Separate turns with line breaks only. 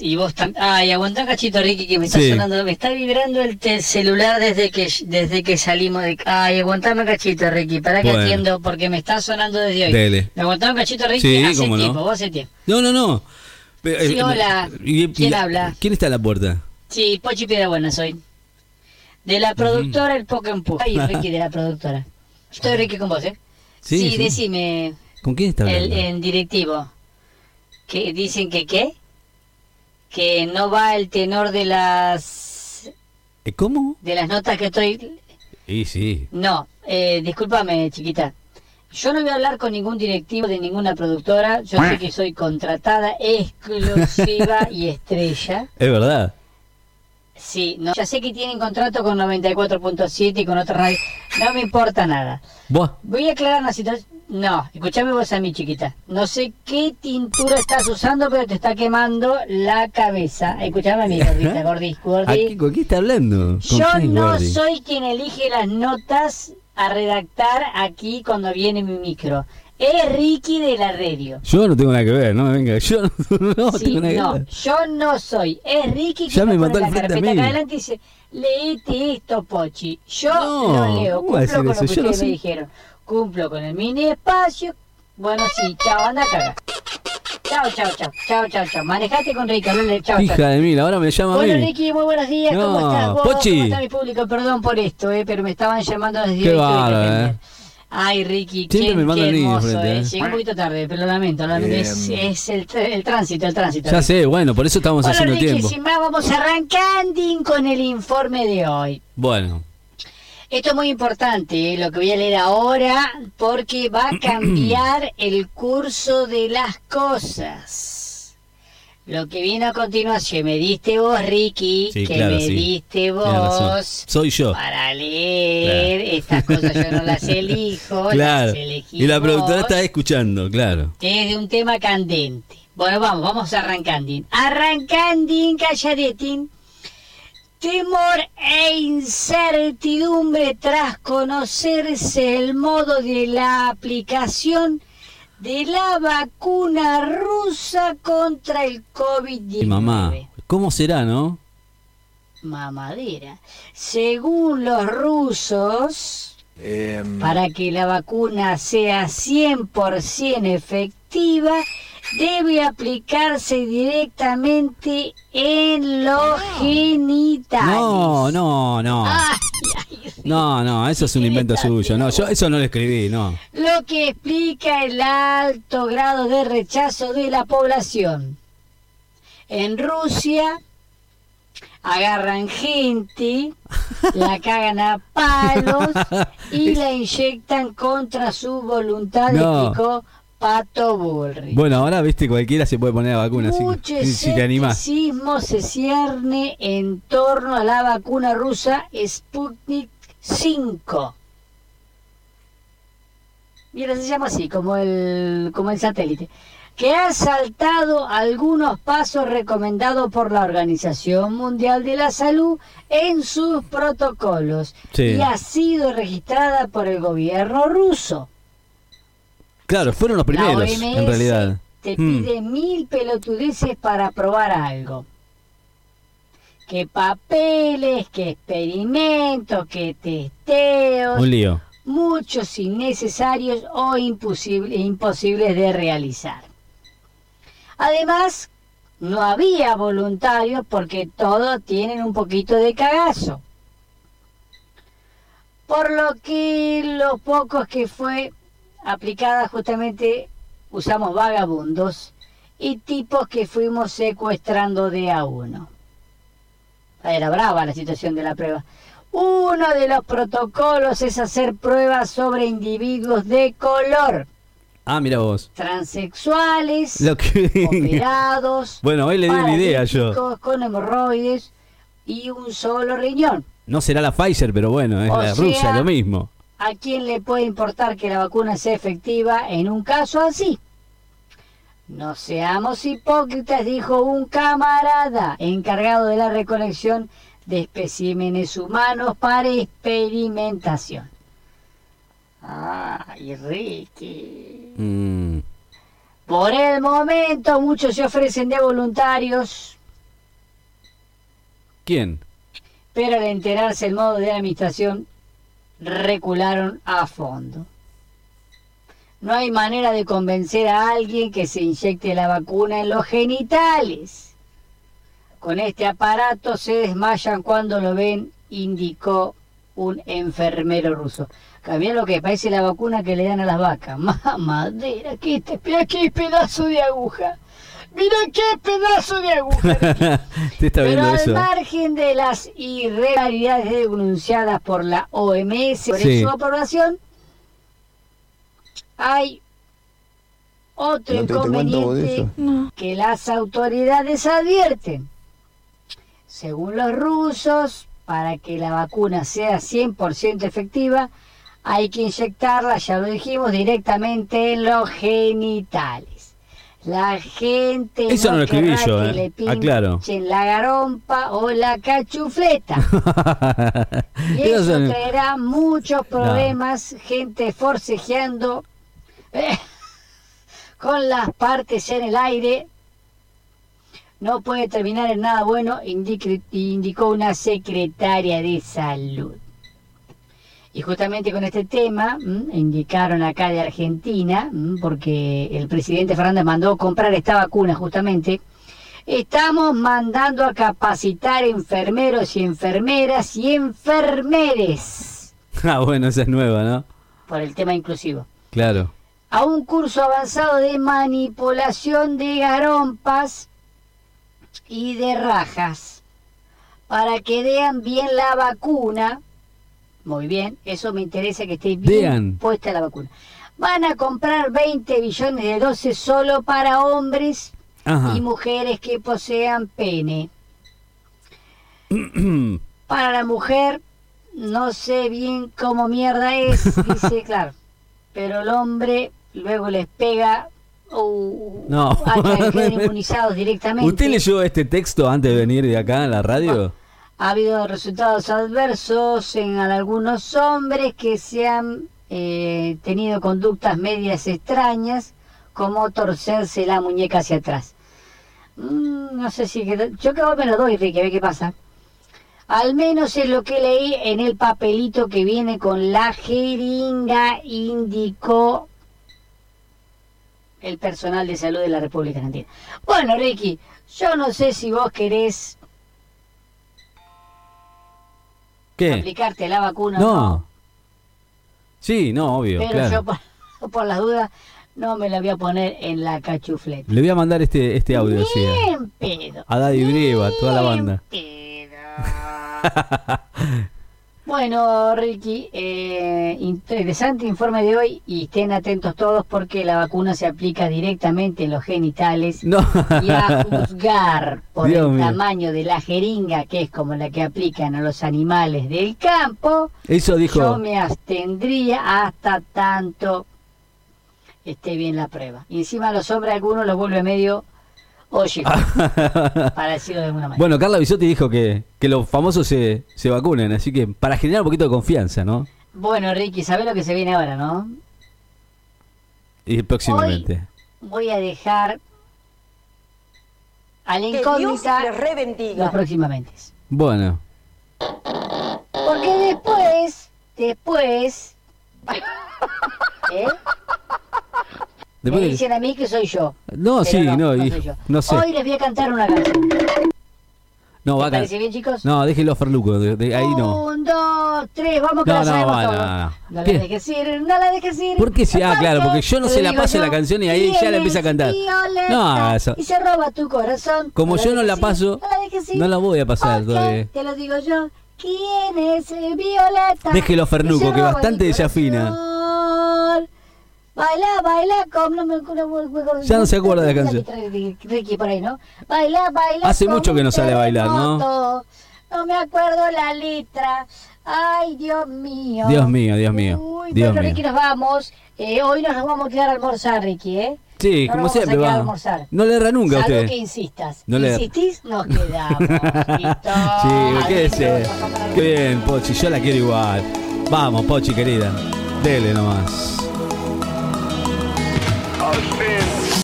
y vos también. Ay, aguantá cachito, Ricky, que me está
Sí.
sonando. Me está vibrando el te- celular desde que desde que salimos de. Ay, aguantame cachito, Ricky, para que
Bueno.
entiendo, porque me está sonando desde hoy.
Dele.
Aguantame cachito, Ricky,
Sí,
hace
cómo no.
tiempo, vos hace tiempo.
No, no, no. Pero,
Sí, hola.
y-
¿Quién
y-
habla?
¿Quién está a la puerta?
Sí, Pochi Piedra Buena soy. De la productora El Pokémon Ay, Ricky, de la productora. Estoy Ricky con vos, ¿eh?
Sí, sí.
decime,
¿Con quién está
el,
hablando?
en directivo. que ¿Dicen que qué? Que no va el tenor de las
Eh, ¿Cómo?
de las notas que estoy...
Y sí.
No, eh, discúlpame, chiquita. Yo no voy a hablar con ningún directivo de ninguna productora. Yo sé que soy contratada exclusiva y estrella.
Es verdad.
Sí, no, ya sé que tienen contrato con 94.7 y con otra radio. No me importa nada.
Buah.
Voy a aclarar una situación. No, escuchame vos a mí, chiquita. No sé qué tintura estás usando, pero te está quemando la cabeza. Escuchame a mí, gordita, gordi,
¿A qué-
gordi.
¿Con quién está hablando? ¿Con
Yo
quién,
no
Gordi?
soy quien elige las notas a redactar aquí cuando viene mi micro. Es Ricky de la radio.
Yo no tengo nada que ver, no me venga. Yo no, no
Sí,
tengo nada que
no,
ver.
yo no soy. Es Ricky que
Ya me
pone
mandó
la
al frente a
carpeta
mí.
acá adelante y dice, leete esto, Pochi. Yo
No,
no, leo,
¿cómo va a
cumplo
decir
con lo
eso?
que
Yo
ustedes
no
me
sé.
dijeron. Cumplo con el mini espacio. Bueno, sí, chao, anda a cagar. Chao, chao, chao, chao, chao, chao. Manejate con Ricky, hablale, chao,
Hija
chao.
de mil, ahora me llama a
Hola
mí.
Ricky, muy buenos días, ¿cómo
No,
estás vos?
Pochi.
¿Cómo está mi público? Perdón por esto, eh, pero me estaban llamando desde
Qué
hoy, estoy
bárbaro,
tremendo.
eh.
Ay, Ricky,
Siempre
qué,
me mandan
qué
niños
hermoso,
frente,
eh.
eh.
Llegué un poquito tarde, pero lo lamento, lo lamento. Es, es el, tr- el tránsito, el tránsito.
Ya sé, bueno, por eso estamos
Bueno,
haciendo
Ricky,
tiempo.
sin más, vamos arrancando con el informe de hoy.
Bueno,
Esto es muy importante, eh, lo que voy a leer ahora, porque va a cambiar el curso de las cosas. Lo que viene a continuación, me diste vos, Ricky,
sí,
que
claro,
me
sí.
diste
Tenés razón.
vos
Soy yo.
para leer. Estas cosas yo no las elijo,
Claro.
las elegí
Y la productora
vos.
está escuchando, claro.
Es de un tema candente. Bueno, vamos, vamos arrancandín. Arrancandín, calladetín. Temor e incertidumbre tras conocerse el modo de la aplicación de la vacuna rusa contra el COVID-19.
Y mamá, ¿cómo será, no?
Mamadera. Según los rusos,
Em,
Para que la vacuna sea 100% efectiva, debe aplicarse directamente en los genitales. Ah.
No, no, no.
Ay, ay,
No, no, eso es un invento suyo. No, yo eso no lo escribí, no.
lo que explica el alto grado de rechazo de la población. En Rusia agarran gente, la cagan a palos y la inyectan contra su voluntad,
No.
explicó Pato Bullrich.
Bueno, ahora, viste, cualquiera se puede poner la vacuna, así
Mucho
que- si, si te animás.
escepticismo se cierne en torno a la vacuna rusa Sputnik 5. Mira, se llama así, como el, como el satélite. Que ha saltado algunos pasos recomendados por la Organización Mundial de la Salud en sus protocolos.
Sí.
Y ha sido registrada por el gobierno ruso.
Claro, fueron los
La
primeros,
OMS
en realidad.
Te
Mm.
pide mil pelotudeces para probar algo. Que papeles, que experimentos, que testeos,
Un lío.
muchos innecesarios o imposible- imposibles de realizar. Además, no había voluntarios porque todos tienen un poquito de cagazo. Por lo que los pocos que fue aplicada justamente usamos vagabundos y tipos que fuimos secuestrando de a uno. Era brava la situación de la prueba. Uno de los protocolos es hacer pruebas sobre individuos de color,
Ah, mira vos.
transexuales,
Lo que...
operados,
Bueno, hoy le di una idea yo.
paralíticos, con hemorroides y un solo riñón.
No será la Pfizer, pero bueno, es
O
la
sea-
Rusia, lo mismo.
¿A quién le puede importar que la vacuna sea efectiva en un caso así? No seamos hipócritas, dijo un camarada encargado de la recolección de especímenes humanos para experimentación. Ay, Ricky.
Mm.
Por el momento muchos se ofrecen de voluntarios,
¿Quién?
pero al enterarse el modo de la administración, recularon a fondo. No hay manera de convencer a alguien que se inyecte la vacuna en los genitales. Con este aparato se desmayan cuando lo ven, indicó un enfermero ruso. Cambió lo que parece la vacuna que le dan a las vacas. Mamadera, que este, mirá qué pedazo de aguja. Mirá qué pedazo de aguja.
¿Te está
Pero
viendo
al
eso?
margen de las irregularidades denunciadas por la OMS sobre
Sí.
su aprobación, hay otro
¿No te diste cuenta vos de
inconveniente
eso?
No.
que las autoridades advierten. Según los rusos, para que la vacuna sea 100% efectiva, hay que inyectarla, ya lo dijimos, directamente en los genitales. La gente
Eso no lo escribí
querrá
yo,
que
eh.
le
Aclaro.
pinchen la garompa o la cachufleta. Y
Esos
eso
son-
traerá muchos problemas, gente forcejeando eh, con las partes en el aire. No puede terminar en nada bueno, indique- indicó una secretaria de salud. Y justamente con este tema, ¿m? indicaron acá de Argentina, ¿m? porque el presidente Fernández mandó comprar esta vacuna justamente, estamos mandando a capacitar enfermeros y enfermeras y enfermeres
Ah, bueno, esa es nueva, ¿no?
por el tema inclusivo.
Claro.
A un curso avanzado de manipulación de garompas y de rajas para que vean bien la vacuna. Muy bien, eso me interesa que esté bien
Vean.
puesta la vacuna. Van a comprar 20 billones de dosis solo para hombres
Ajá.
y mujeres que posean pene. Para la mujer, no sé bien cómo mierda es, dice, claro. Pero el hombre luego les pega uh,
No.
hasta que queden inmunizados directamente.
¿Usted leyó este texto antes de venir de acá a la radio?
Ha habido resultados adversos en algunos hombres que se han eh, tenido conductas medias extrañas, como torcerse la muñeca hacia atrás. Mm, no sé si... queda- Yo que vos me lo doy, Ricky, a ver qué pasa. Al menos es lo que leí en el papelito que viene con la jeringa, indicó el personal de salud de la República Argentina. Bueno, Ricky, yo no sé si vos querés
¿Qué?
aplicarte la vacuna.
Eh. No. Sí, no, obvio,
pero
claro.
yo por, por las dudas no me la voy a poner en la cachufleta.
Le voy a mandar este, este audio, sí.
Bien pedo.
A Daddy Brieva, toda la banda.
Bien pedo. bueno, Ricky, eh, interesante informe de hoy y estén atentos todos porque la vacuna se aplica directamente en los genitales.
No.
Y a juzgar por
Dios
el
mío.
tamaño de la jeringa, que es como la que aplican a los animales del campo,
Eso
Yo
dijo.
me abstendría hasta tanto esté bien la prueba. Y encima los hombres algunos los vuelve medio oye,
Ah.
para decirlo de alguna manera.
Bueno, Carla Bisotti dijo que, que los famosos se, se vacunen, así que para generar un poquito de confianza, ¿no?
Bueno, Ricky, ¿sabés lo que se viene ahora, no?
Y próximamente.
Voy a dejar a la
Que Dios
incógnita
les rebendiga.
los próximamente.
Bueno.
Porque después, después, ¿eh? me
Después que-
dicen a mí que soy yo.
No,
Pero
sí, no,
no,
y-
soy yo.
no sé.
Hoy les voy a cantar una canción. ¿Te
No, va a
parece
can-
bien, chicos?
No, déjelo a Ferluco, de- de ahí no.
Un, dos, tres, vamos que
No,
la
no,
sabemos
va,
todos.
no, no.
No
¿Qué?
la dejes ir, no la dejes ir.
¿Por qué si- ah,
Aparte,
claro, porque yo no
te
se la
digo
paso
yo,
la canción y ahí ya la empieza a cantar.
violeta
No haga eso.
Y se roba tu corazón.
Como yo no la
dejes ir,
paso,
no la, dejes ir.
no la voy a pasar
Ok,
todavía.
Te lo digo yo. ¿Quién es eh, Violeta?
Déjelo a Fernuco,
Y se
que
roba
bastante
mi
desafina.
corazón. Baila, baila, como no me no me acuerdo.
Ya no se acuerda de la canción.
Ricky por ahí, ¿no? Baila, baila.
Hace mucho
como
que no
un
sale a bailar, ¿no?
terremoto. No me acuerdo la letra. Ay, Dios mío.
Dios mío, Dios mío,
Uy,
Dios
bueno,
mío.
Ricky, nos vamos. Eh, hoy nos vamos a quedar a almorzar, Ricky, ¿eh? No
Sí, como
nos vamos a
siempre
quedar a
va.
almorzar.
No le erra nunca a
Salvo
usted.
que insistas.
No le-
Insistís, nos quedamos. Listo.
Sí, qué sé.
Adiós.
Qué bien, Pochi, yo la quiero igual. Vamos, Pochi querida. Dele nomás.
I've been